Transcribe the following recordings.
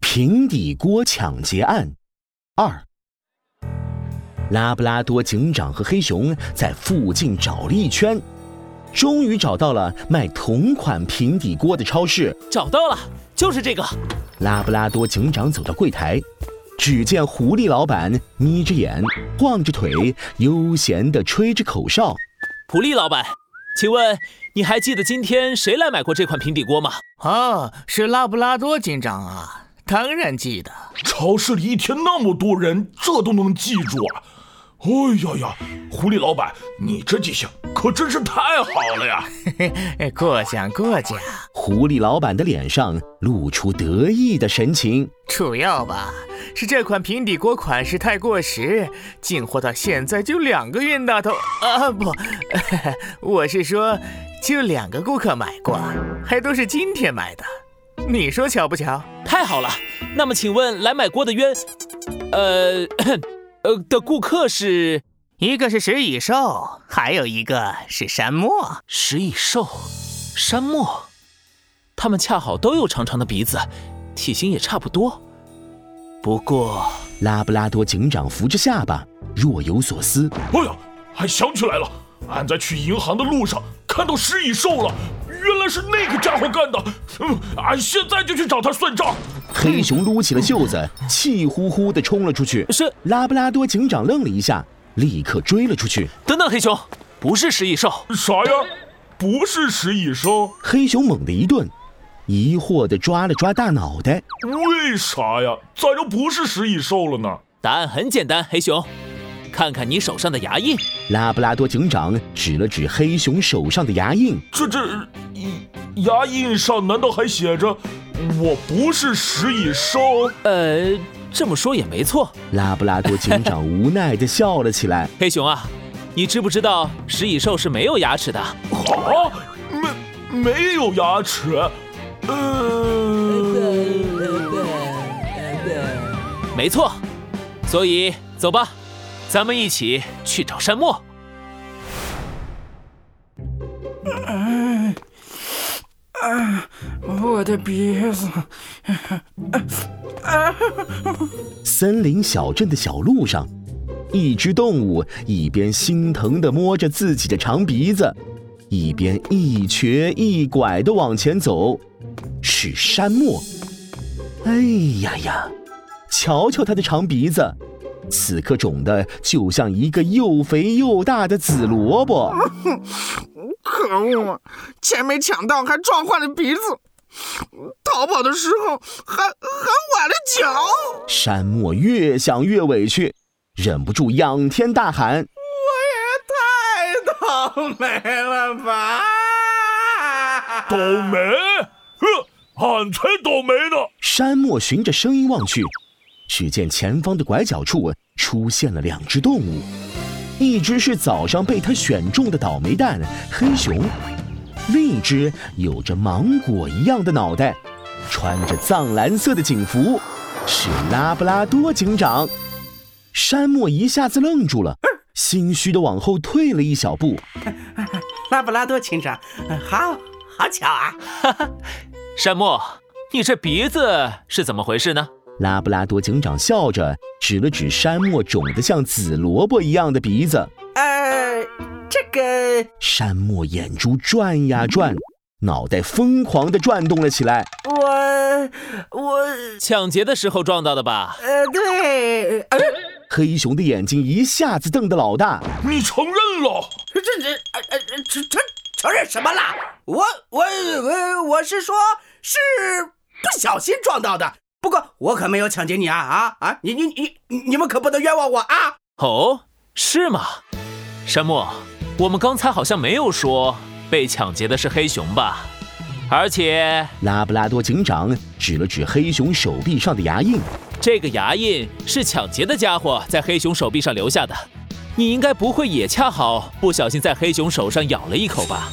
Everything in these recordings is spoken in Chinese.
平底锅抢劫案二。拉布拉多警长和黑熊在附近找了一圈，终于找到了卖同款平底锅的超市。找到了，就是这个。拉布拉多警长走到柜台，只见狐狸老板眯着眼，晃着腿，悠闲地吹着口哨。普利老板，请问你还记得今天谁来买过这款平底锅吗？哦，是拉布拉多警长啊，当然记得。超市里一天那么多人，这都能记住啊！哎呀呀，狐狸老板，你这记性可真是太好了呀！嘿嘿，哎过奖过奖，狐狸老板的脸上露出得意的神情。主要吧是这款平底锅款式太过时，进货到现在就两个冤大头啊不， 我是说就两个顾客买过，还都是今天买的，你说巧不巧？太好了，那么请问来买锅的冤，呃， 咳呃的顾客是一个是食蚁兽，还有一个是山漠。食蚁兽、山漠，他们恰好都有长长的鼻子，体型也差不多。不过，拉布拉多警长扶着下巴，若有所思。哎呀，还想起来了，俺在去银行的路上看到食蚁兽了，原来是那个家伙干的。嗯，俺现在就去找他算账。黑熊撸起了袖子，气呼呼地冲了出去。是拉布拉多警长愣了一下，立刻追了出去。等等黑熊，不是食蚁兽，啥呀？不是食蚁兽？黑熊猛地一顿，疑惑地抓了抓大脑袋。为啥呀？咋就不是食蚁兽了呢？答案很简单，黑熊，看看你手上的牙印，拉布拉多警长指了指黑熊手上的牙印，这这牙印上难道还写着“我不是食蚁兽呃，这么说也没错。拉布拉多警长无奈地笑了起来。黑熊啊，你知不知道食蚁兽是没有牙齿的？”？啊，没没有牙齿？呃，没错，所以走吧，咱们一起去找山漠。我的鼻子，森林小镇的小路上，一只动物一边心疼地摸着自己的长鼻子，一边一瘸一拐地往前走，是山漠。哎呀呀，瞧瞧它的长鼻子，此刻肿得就像一个又肥又大的紫萝卜。可恶啊！钱没抢到，还撞坏了鼻子。逃跑的时候还还崴了脚。山漠越想越委屈，忍不住仰天大喊。太倒霉了吧！倒霉？哼，俺才倒霉呢！山漠循着声音望去，只见前方的拐角处出现了两只动物，一只是早上被他选中的倒霉蛋黑熊，另一只有着芒果一样的脑袋，穿着藏蓝色的警服，是拉布拉多警长。山漠一下子愣住了，心虚的往后退了一小步。 拉布拉多警长，呃好好巧啊！山漠，你这鼻子是怎么回事呢？拉布拉多警长笑着指了指山漠肿得像紫萝卜一样的鼻子。呃，这个山漠眼珠转呀转，脑袋疯狂地转动了起来。我我抢劫的时候撞到的吧？呃，对，呃，黑熊的眼睛一下子瞪得老大，你承认了？这这呃呃承承承认什么啦？我我我我是说，是不小心撞到的。不过我可没有抢劫你啊啊啊！你你你你你们可不能冤枉我啊！哦，是吗？山漠，我们刚才好像没有说被抢劫的是黑熊吧？而且拉布拉多警长指了指黑熊手臂上的牙印。这个牙印是抢劫的家伙在黑熊手臂上留下的，你应该不会也恰好不小心在黑熊手上咬了一口吧？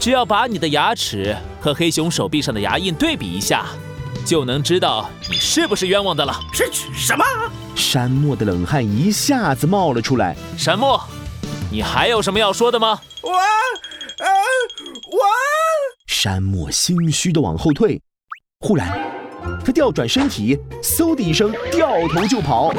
只要把你的牙齿和黑熊手臂上的牙印对比一下，就能知道你是不是冤枉的了。是什么？山漠的冷汗一下子冒了出来。山漠，你还有什么要说的吗？我呃我。山漠心虚地往后退。忽然，他调转身体，嗖的一声掉头就跑。